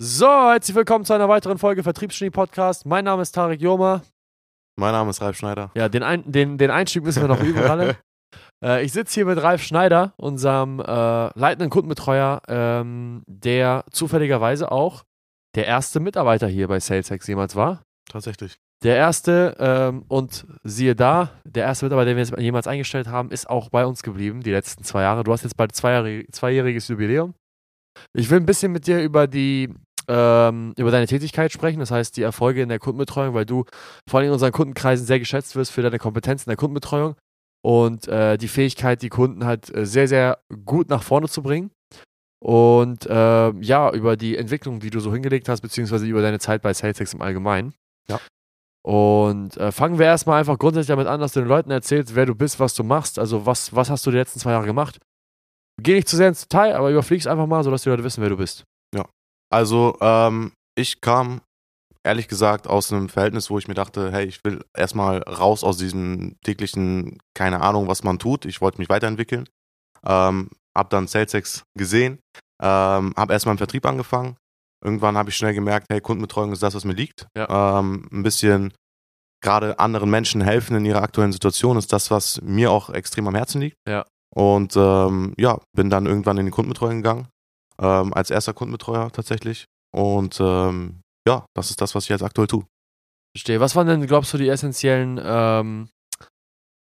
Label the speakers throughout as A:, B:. A: So, herzlich willkommen zu einer weiteren Folge Vertriebsgenie Podcast. Mein Name ist Tarek Joma.
B: Mein Name ist Ralf Schneider.
A: Ja, den, ein, den, den Einstieg müssen wir noch üben, alle. Äh, ich sitze hier mit Ralf Schneider, unserem äh, leitenden Kundenbetreuer, ähm, der zufälligerweise auch der erste Mitarbeiter hier bei SalesX jemals war.
B: Tatsächlich.
A: Der erste, ähm, und siehe da, der erste Mitarbeiter, den wir jetzt jemals eingestellt haben, ist auch bei uns geblieben, die letzten zwei Jahre. Du hast jetzt bald zweijährig- zweijähriges Jubiläum. Ich will ein bisschen mit dir über die ähm, über deine Tätigkeit sprechen, das heißt die Erfolge in der Kundenbetreuung, weil du vor allem in unseren Kundenkreisen sehr geschätzt wirst für deine Kompetenz in der Kundenbetreuung und äh, die Fähigkeit, die Kunden halt äh, sehr, sehr gut nach vorne zu bringen. Und äh, ja, über die Entwicklung, die du so hingelegt hast, beziehungsweise über deine Zeit bei SalesX im Allgemeinen.
B: Ja.
A: Und äh, fangen wir erstmal einfach grundsätzlich damit an, dass du den Leuten erzählst, wer du bist, was du machst, also was, was hast du die letzten zwei Jahre gemacht. Geh nicht zu sehr ins Detail, aber überfliegst einfach mal, sodass die Leute wissen, wer du bist.
B: Also, ähm, ich kam ehrlich gesagt aus einem Verhältnis, wo ich mir dachte, hey, ich will erstmal raus aus diesem täglichen, keine Ahnung, was man tut. Ich wollte mich weiterentwickeln. Ähm, hab dann SalesX gesehen, ähm, hab erstmal im Vertrieb angefangen. Irgendwann habe ich schnell gemerkt, hey, Kundenbetreuung ist das, was mir liegt. Ähm, ein bisschen gerade anderen Menschen helfen in ihrer aktuellen Situation ist das, was mir auch extrem am Herzen liegt.
A: Ja.
B: Und ähm, ja, bin dann irgendwann in die Kundenbetreuung gegangen, ähm, als erster Kundenbetreuer tatsächlich. Und ähm, ja, das ist das, was ich jetzt aktuell tue.
A: Verstehe. Was waren denn, glaubst du, die essentiellen, ähm,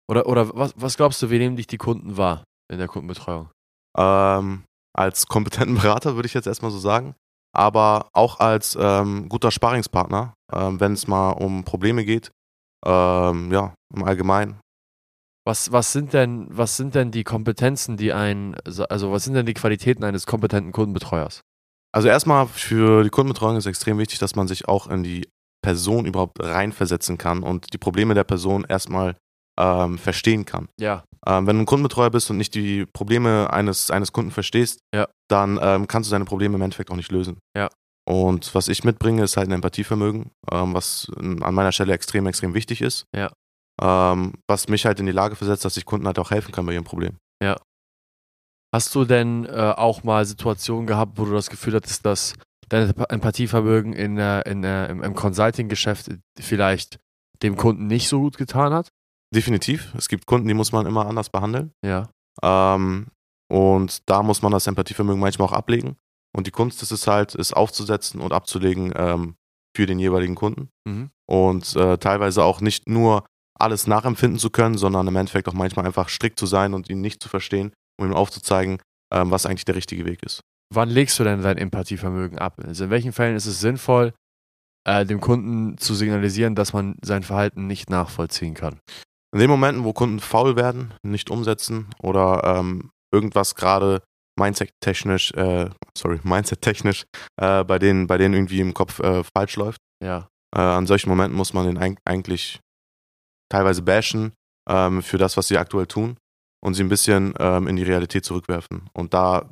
A: oder, oder was, was glaubst du, wie nehmen dich die Kunden wahr in der Kundenbetreuung?
B: Ähm, als kompetenten Berater würde ich jetzt erstmal so sagen, aber auch als ähm, guter Sparingspartner, ähm, wenn es mal um Probleme geht. Ähm, ja, im Allgemeinen.
A: Was, was, sind denn, was sind denn die Kompetenzen, die ein, also was sind denn die Qualitäten eines kompetenten Kundenbetreuers?
B: Also erstmal für die Kundenbetreuung ist extrem wichtig, dass man sich auch in die Person überhaupt reinversetzen kann und die Probleme der Person erstmal ähm, verstehen kann.
A: Ja.
B: Ähm, wenn du ein Kundenbetreuer bist und nicht die Probleme eines, eines Kunden verstehst,
A: Ja.
B: dann ähm, kannst du seine Probleme im Endeffekt auch nicht lösen.
A: Ja.
B: Und was ich mitbringe, ist halt ein Empathievermögen, ähm, was n- an meiner Stelle extrem, extrem wichtig ist.
A: Ja.
B: Ähm, was mich halt in die Lage versetzt, dass ich Kunden halt auch helfen kann bei ihrem Problem.
A: Hast du denn äh, auch mal Situationen gehabt, wo du das Gefühl hattest, dass dein Empathievermögen in, der- in, der- im, im Consulting-Geschäft vielleicht dem Kunden nicht so gut getan hat?
B: Definitiv. Es gibt Kunden, die muss man immer anders behandeln.
A: Ja.
B: Ähm, und da muss man das Empathievermögen manchmal auch ablegen. Und die Kunst ist es halt, es aufzusetzen und abzulegen ähm, für den jeweiligen Kunden.
A: Mhm.
B: Und äh, teilweise auch nicht nur alles nachempfinden zu können, sondern im Endeffekt auch manchmal einfach strikt zu sein und ihn nicht zu verstehen, um ihm aufzuzeigen, ähm, was eigentlich der richtige Weg ist.
A: wann legst du denn dein Empathievermögen ab? Also in welchen Fällen ist es sinnvoll, äh, dem Kunden zu signalisieren, dass man sein Verhalten nicht nachvollziehen kann?
B: In den Momenten, wo Kunden faul werden, nicht umsetzen oder ähm, irgendwas gerade mindset-technisch, äh, sorry, mindset-technisch äh, bei, denen, bei denen irgendwie im Kopf äh, falsch läuft,
A: Ja.
B: Äh, an solchen Momenten muss man den eig- eigentlich teilweise bashen ähm, für das, was sie aktuell tun und sie ein bisschen ähm, in die Realität zurückwerfen. Und da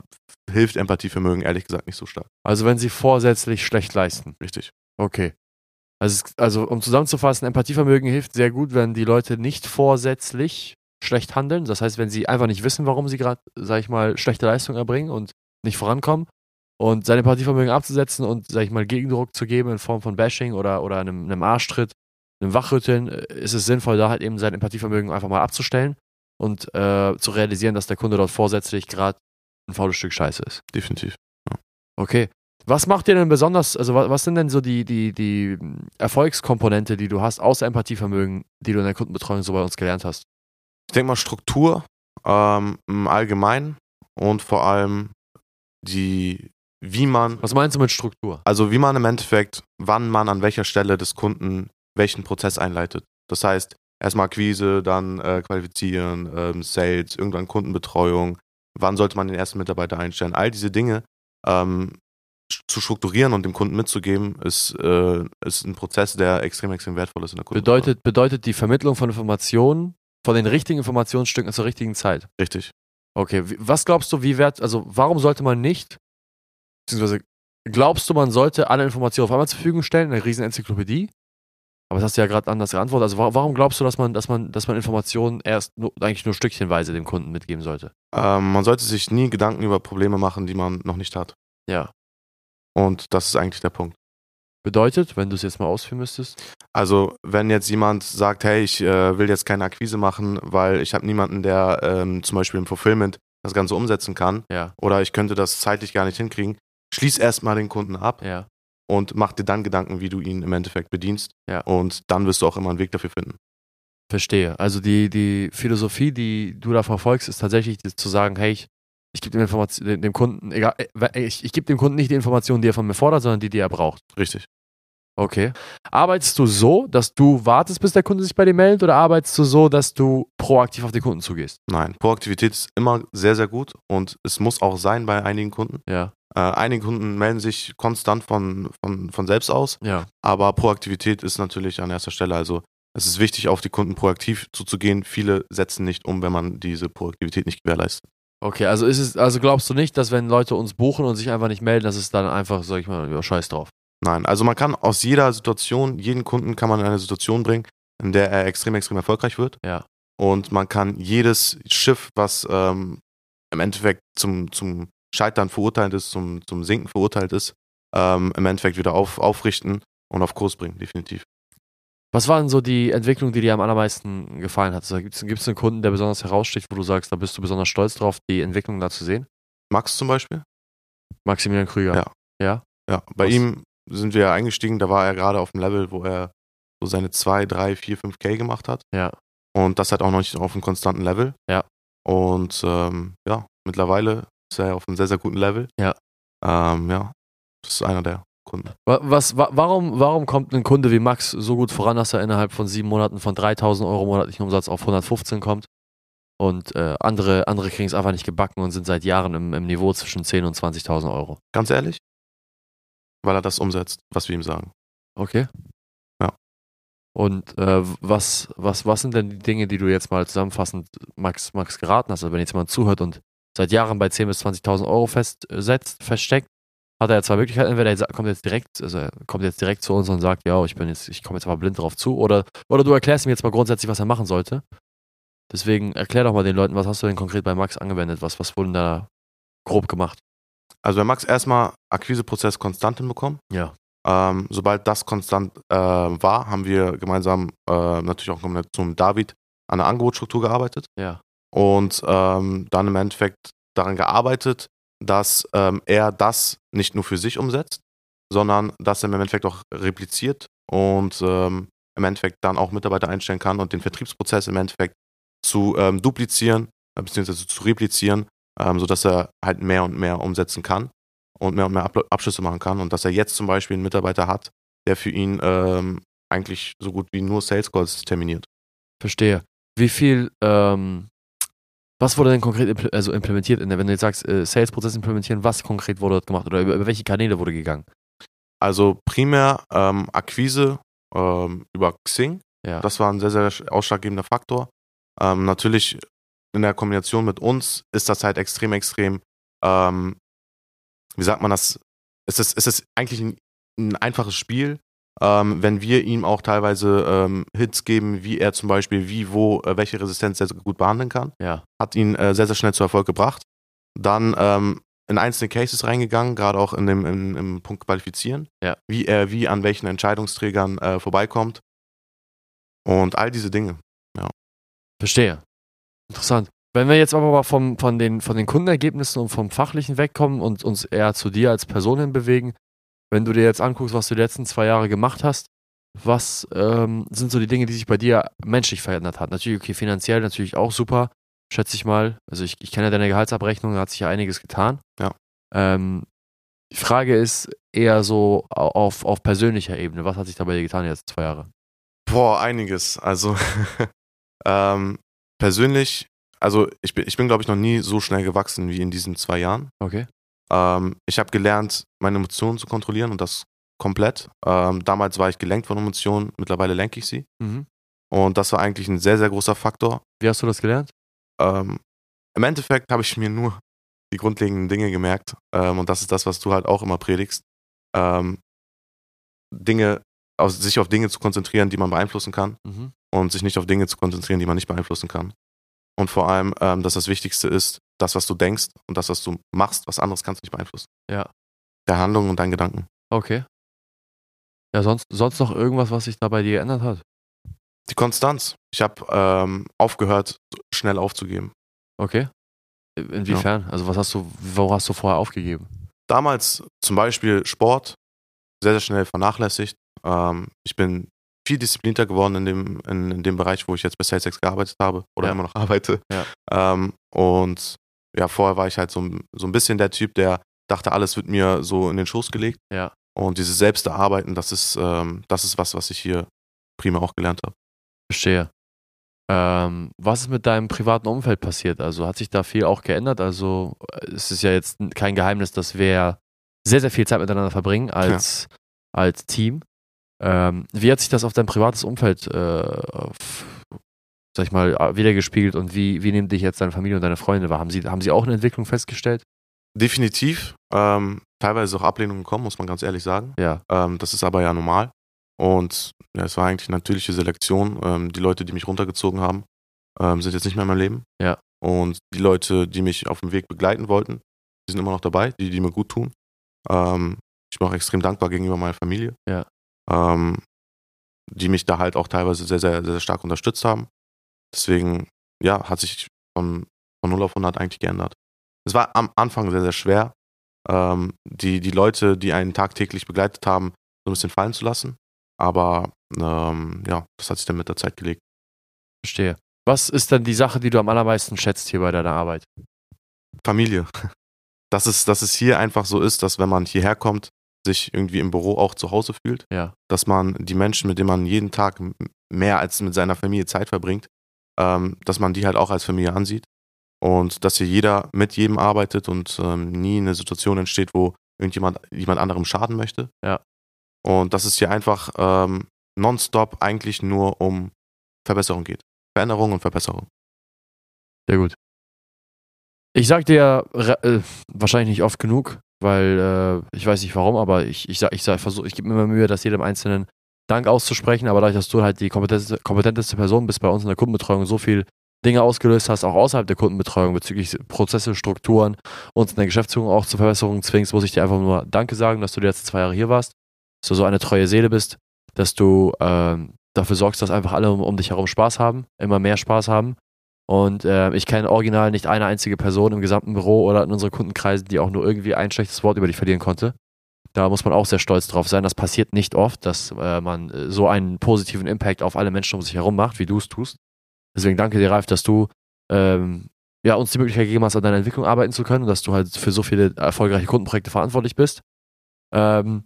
B: hilft Empathievermögen ehrlich gesagt nicht so stark.
A: Also wenn sie vorsätzlich schlecht leisten.
B: Richtig.
A: Okay. Also, es, also um zusammenzufassen, Empathievermögen hilft sehr gut, wenn die Leute nicht vorsätzlich schlecht handeln. Das heißt, wenn sie einfach nicht wissen, warum sie gerade, sag ich mal, schlechte Leistung erbringen und nicht vorankommen. Und sein Empathievermögen abzusetzen und, sag ich mal, Gegendruck zu geben in Form von Bashing oder, oder einem, einem Arschtritt, einem Wachrütteln, äh, ist es sinnvoll, da halt eben sein Empathievermögen einfach mal abzustellen und äh, zu realisieren, dass der Kunde dort vorsätzlich gerade ein faules Stück Scheiße ist.
B: Definitiv.
A: Okay. Was macht dir denn besonders, also was, was sind denn so die, die, die hm, Erfolgskomponente, die du hast, außer Empathievermögen, die du in der Kundenbetreuung so bei uns gelernt hast?
B: Ich denke mal Struktur ähm, im Allgemeinen und vor allem die, wie man,
A: Was meinst du mit Struktur?
B: also wie man im Endeffekt, wann man an welcher Stelle des Kunden welchen Prozess einleitet. Das heißt, erstmal Akquise, dann äh, Qualifizieren, ähm, Sales, irgendwann Kundenbetreuung, wann sollte man den ersten Mitarbeiter einstellen. All diese Dinge ähm, sch- zu strukturieren und dem Kunden mitzugeben, ist, äh, ist ein Prozess, der extrem, extrem wertvoll ist in der Kundenbetreuung.
A: Bedeutet, bedeutet die Vermittlung von Informationen, von den richtigen Informationsstücken zur richtigen Zeit?
B: Richtig.
A: Okay, wie- was glaubst du, wie wert, also warum sollte man nicht, beziehungsweise glaubst du, man sollte alle Informationen auf einmal zur Verfügung stellen, eine riesen Enzyklopädie? Aber das hast du ja gerade anders geantwortet. Also wa- warum glaubst du, dass man, dass man, dass man Informationen erst nur, eigentlich nur stückchenweise dem Kunden mitgeben sollte?
B: Ähm, man sollte sich nie Gedanken über Probleme machen, die man noch nicht hat.
A: Ja.
B: Und das ist eigentlich der Punkt.
A: Bedeutet, wenn du es jetzt mal ausführen müsstest,
B: Also, wenn jetzt jemand sagt, hey, ich äh, will jetzt keine Akquise machen, weil ich habe niemanden, der ähm, zum Beispiel im Fulfillment das Ganze umsetzen kann
A: ja,
B: oder ich könnte das zeitlich gar nicht hinkriegen, schließ erstmal den Kunden ab
A: ja.
B: und mach dir dann Gedanken, wie du ihn im Endeffekt bedienst.
A: Ja.
B: Und dann wirst du auch immer einen Weg dafür finden.
A: Verstehe. Also die, die Philosophie, die du da verfolgst, ist tatsächlich das zu sagen, hey, ich, ich gebe dem, Information- dem dem Kunden, egal, äh, we- ich, ich gebe dem Kunden nicht die Informationen, die er von mir fordert, sondern die, die er braucht.
B: Richtig.
A: Okay. Arbeitest du so, dass du wartest, bis der Kunde sich bei dir meldet, oder arbeitest du so, dass du proaktiv auf den Kunden zugehst?
B: Nein, Proaktivität ist immer sehr, sehr gut und es muss auch sein bei einigen Kunden.
A: Ja,
B: Äh, einige Kunden melden sich konstant von, von, von selbst aus,
A: ja,
B: aber Proaktivität ist natürlich an erster Stelle. Also es ist wichtig, auf die Kunden proaktiv zuzugehen. Viele setzen nicht um, wenn man diese Proaktivität nicht gewährleistet.
A: Okay, also ist es, also glaubst du nicht, dass wenn Leute uns buchen und sich einfach nicht melden, dass es dann einfach, sag ich mal, ja, scheiß drauf.
B: Nein, also man kann aus jeder Situation, jeden Kunden kann man in eine Situation bringen, in der er extrem, extrem erfolgreich wird.
A: Ja.
B: Und man kann jedes Schiff, was ähm, im Endeffekt zum, zum Scheitern verurteilt ist, zum, zum Sinken verurteilt ist, ähm, im Endeffekt wieder auf, aufrichten und auf Kurs bringen, definitiv.
A: Was war denn so die Entwicklung, die dir am allermeisten gefallen hat? Gibt es einen Kunden, der besonders heraussticht, wo du sagst, da bist du besonders stolz drauf, die Entwicklung da zu sehen?
B: Max zum Beispiel?
A: Maximilian Krüger.
B: Ja. Ja, bei
A: Was?
B: ihm sind wir eingestiegen, da war er gerade auf dem Level, wo er so seine 2, 3, 4, 5K gemacht hat.
A: Ja.
B: Und das hat auch noch nicht auf einem konstanten Level.
A: Ja.
B: Und ähm, ja, mittlerweile ist er auf einem sehr, sehr guten Level.
A: Ja.
B: Ähm, ja, das ist einer der Kunden.
A: Wa- Was, wa warum, warum kommt ein Kunde wie Max so gut voran, dass er innerhalb von sieben Monaten von 3000 Euro monatlichen Umsatz auf 115 kommt? Und äh, andere, andere kriegen es einfach nicht gebacken und sind seit Jahren im, im Niveau zwischen 10.000 und 20.000 Euro.
B: Ganz ehrlich, weil er das umsetzt, was wir ihm sagen.
A: Okay.
B: Ja.
A: Und äh, was, was, was sind denn die Dinge, die du jetzt mal zusammenfassend Max, Max geraten hast? Also wenn jetzt jemand zuhört und seit Jahren bei 10.000 bis 20.000 Euro festsetzt, versteckt, hat er ja zwei Möglichkeiten. Entweder er sa- kommt jetzt direkt, also er kommt jetzt direkt zu uns und sagt, ja, ich bin jetzt, ich komme jetzt aber blind drauf zu. Oder, oder du erklärst ihm jetzt mal grundsätzlich, was er machen sollte. Deswegen erklär doch mal den Leuten, was hast du denn konkret bei Max angewendet? Was, was wurde denn da grob gemacht?
B: Also wenn Max erstmal Akquiseprozess konstant hinbekommen.
A: Ja.
B: Ähm, sobald das konstant äh, war, haben wir gemeinsam äh, natürlich auch gemeinsam zum David an der Angebotsstruktur gearbeitet
A: Ja.
B: und ähm, dann im Endeffekt daran gearbeitet, dass ähm, er das nicht nur für sich umsetzt, sondern dass er im Endeffekt auch repliziert und ähm, im Endeffekt dann auch Mitarbeiter einstellen kann und den Vertriebsprozess im Endeffekt zu ähm, duplizieren, äh, beziehungsweise zu replizieren, ähm, sodass er halt mehr und mehr umsetzen kann und mehr und mehr Abla- Abschlüsse machen kann und dass er jetzt zum Beispiel einen Mitarbeiter hat, der für ihn ähm, eigentlich so gut wie nur Sales Calls terminiert.
A: Verstehe. Wie viel, ähm, was wurde denn konkret impl also implementiert? In der, wenn du jetzt sagst, äh, Sales-Prozess implementieren, was konkret wurde dort gemacht oder über, über welche Kanäle wurde gegangen?
B: Also primär ähm, Akquise ähm, über Xing.
A: Ja.
B: Das war ein sehr, sehr sch- ausschlaggebender Faktor. Ähm, natürlich in der Kombination mit uns ist das halt extrem, extrem, ähm, wie sagt man das? Es ist, es ist eigentlich ein, ein einfaches Spiel, ähm, wenn wir ihm auch teilweise ähm, Hits geben, wie er zum Beispiel, wie, wo, äh, welche Resistenz er gut behandeln kann
A: ja.
B: hat ihn äh, sehr, sehr schnell zu Erfolg gebracht. Dann ähm, in einzelne Cases reingegangen, gerade auch in dem, im, im Punkt Qualifizieren,
A: Ja.
B: wie er wie an welchen Entscheidungsträgern äh, vorbeikommt und all diese Dinge.
A: Verstehe. Interessant. Wenn wir jetzt aber mal vom, von, den, von den Kundenergebnissen und vom Fachlichen wegkommen und uns eher zu dir als Person hin bewegen, wenn du dir jetzt anguckst, was du die letzten zwei Jahre gemacht hast, was ähm, sind so die Dinge, die sich bei dir menschlich verändert hat? Natürlich, okay, finanziell natürlich auch super, schätze ich mal. Also ich, ich kenne ja deine Gehaltsabrechnung, da hat sich ja einiges getan.
B: Ja.
A: Ähm, die Frage ist eher so au- auf, auf persönlicher Ebene. Was hat sich da bei dir getan die letzten zwei Jahre?
B: Boah, einiges. Also ähm, persönlich, also ich bin, ich bin glaube ich noch nie so schnell gewachsen wie in diesen zwei Jahren.
A: Okay.
B: Ähm, ich habe gelernt, meine Emotionen zu kontrollieren und das komplett. Ähm, damals war ich gelenkt von Emotionen, mittlerweile lenke ich sie.
A: Mhm.
B: Und das war eigentlich ein sehr, sehr großer Faktor.
A: Wie hast du das gelernt?
B: ähm, im Endeffekt habe ich mir nur die grundlegenden Dinge gemerkt. Ähm, und das ist das, was du halt auch immer predigst. Ähm, Dinge, aus, sich auf Dinge zu konzentrieren, die man beeinflussen kann
A: Mhm.
B: und sich nicht auf Dinge zu konzentrieren, die man nicht beeinflussen kann. Und vor allem, ähm, dass das Wichtigste ist, das, was du denkst und das, was du machst, was anderes kannst du nicht beeinflussen. der Handlung und deinen Gedanken.
A: Okay. Ja, sonst, sonst noch irgendwas, was sich da bei dir geändert hat?
B: Die Konstanz. Ich habe ähm, aufgehört, so schnell aufzugeben.
A: Okay. Inwiefern? Also was hast du, wo hast du vorher aufgegeben?
B: Damals zum Beispiel Sport sehr, sehr schnell vernachlässigt. Ähm, ich bin viel disziplinierter geworden in dem, in, in dem Bereich, wo ich jetzt bei SalesX gearbeitet habe oder
A: Ja.
B: immer noch arbeite.
A: Ja.
B: Ähm, und ja, vorher war ich halt so, ein- so ein bisschen der Typ, der dachte, alles wird mir so in den Schoß gelegt.
A: Ja.
B: Und dieses Selbsterarbeiten, das ist, ähm, das ist was, was ich hier prima auch gelernt habe.
A: Verstehe. Ähm, was ist mit deinem privaten Umfeld passiert? Also hat sich da viel auch geändert? Also äh, es ist ja jetzt n- kein Geheimnis, dass wir sehr, sehr viel Zeit miteinander verbringen als, als Team. Ähm, wie hat sich das auf dein privates Umfeld, äh, auf, sag ich mal, äh, wiedergespiegelt und wie, wie nehmen dich jetzt deine Familie und deine Freunde wahr? Haben sie, haben sie auch eine Entwicklung festgestellt?
B: Definitiv. Ähm, teilweise auch Ablehnungen kommen, muss man ganz ehrlich sagen.
A: Ja,
B: Ähm, das ist aber ja normal. Und ja, es war eigentlich eine natürliche Selektion. Ähm, die Leute, die mich runtergezogen haben, ähm, sind jetzt nicht mehr in meinem Leben.
A: Ja.
B: Und die Leute, die mich auf dem Weg begleiten wollten, die sind immer noch dabei, die, die mir gut tun. Ähm, ich bin auch extrem dankbar gegenüber meiner Familie.
A: Ja.
B: Ähm, die mich da halt auch teilweise sehr, sehr, sehr, sehr stark unterstützt haben. Deswegen, ja, hat sich von, von 0 auf 100 eigentlich geändert. Es war am Anfang sehr, sehr schwer, ähm, die, die Leute, die einen tagtäglich begleitet haben, so ein bisschen fallen zu lassen. Aber ähm, ja, das hat sich dann mit der Zeit gelegt.
A: verstehe. Was ist denn die Sache, die du am allermeisten schätzt hier bei deiner Arbeit?
B: Familie. Dass es, dass es hier einfach so ist, dass wenn man hierher kommt, sich irgendwie im Büro auch zu Hause fühlt.
A: Ja.
B: Dass man die Menschen, mit denen man jeden Tag m- mehr als mit seiner Familie Zeit verbringt, ähm, dass man die halt auch als Familie ansieht. Und dass hier jeder mit jedem arbeitet und ähm, nie eine Situation entsteht, wo irgendjemand jemand anderem schaden möchte.
A: Ja.
B: Und dass es hier einfach ähm, nonstop eigentlich nur um Verbesserung geht. Veränderung und Verbesserung.
A: Sehr gut. Ich sag dir re- äh, wahrscheinlich nicht oft genug, weil äh, ich weiß nicht warum, aber ich, ich sag, ich sag, versuch, ich gebe mir immer Mühe, das jedem Einzelnen Dank auszusprechen, aber dadurch, dass du halt die kompetenteste, kompetenteste Person bist bei uns in der Kundenbetreuung, so viel Dinge ausgelöst hast, auch außerhalb der Kundenbetreuung bezüglich Prozesse, Strukturen, uns in der Geschäftsführung auch zur Verbesserung zwingst, muss ich dir einfach nur Danke sagen, dass du die letzten zwei Jahre hier warst, dass du so eine treue Seele bist, dass du ähm, dafür sorgst, dass einfach alle um, um dich herum Spaß haben, immer mehr Spaß haben und äh, ich kenne original nicht eine einzige Person im gesamten Büro oder in unseren Kundenkreisen, die auch nur irgendwie ein schlechtes Wort über dich verlieren konnte. Da muss man auch sehr stolz drauf sein. Das passiert nicht oft, dass äh, man äh, so einen positiven Impact auf alle Menschen um sich herum macht, wie du es tust. Deswegen danke dir, Ralf, dass du ähm, ja, uns die Möglichkeit gegeben hast, an deiner Entwicklung arbeiten zu können und dass du halt für so viele erfolgreiche Kundenprojekte verantwortlich bist. Ähm,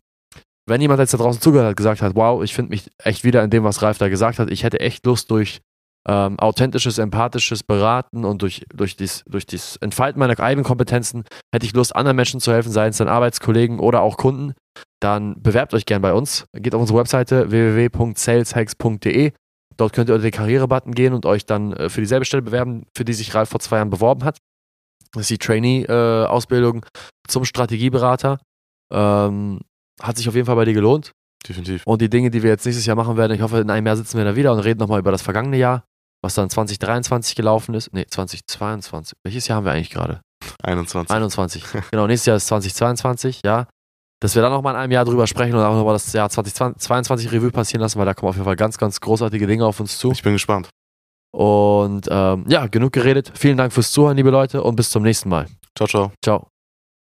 A: wenn jemand jetzt da draußen zugehört hat, gesagt hat, wow, ich finde mich echt wieder in dem, was Ralf da gesagt hat, ich hätte echt Lust, durch ähm, authentisches, empathisches Beraten und durch, durch, dies, durch das Entfalten meiner eigenen Kompetenzen hätte ich Lust, anderen Menschen zu helfen, seien es dann Arbeitskollegen oder auch Kunden, dann bewerbt euch gern bei uns. Geht auf unsere Webseite www.saleshacks.de. Dort könnt ihr unter den Karriere-Button gehen und euch dann äh, für dieselbe Stelle bewerben, für die sich Ralf vor zwei Jahren beworben hat. Das ist die Trainee-Ausbildung zum Strategieberater. Ähm, hat sich auf jeden Fall bei dir gelohnt.
B: Definitiv.
A: Und die Dinge, die wir jetzt nächstes Jahr machen werden, ich hoffe, in einem Jahr sitzen wir da wieder und reden nochmal über das vergangene Jahr, was dann 2023 gelaufen ist. Nee, 2022. Welches Jahr haben wir eigentlich gerade?
B: 21.
A: 21. genau, nächstes Jahr ist 2022, ja. Dass wir dann nochmal in einem Jahr drüber sprechen und auch nochmal das Jahr 2022 Revue passieren lassen, weil da kommen auf jeden Fall ganz, ganz großartige Dinge auf uns zu.
B: Ich bin gespannt.
A: Und ähm, ja, genug geredet. Vielen Dank fürs Zuhören, liebe Leute, und bis zum nächsten Mal.
B: Ciao, ciao.
A: Ciao.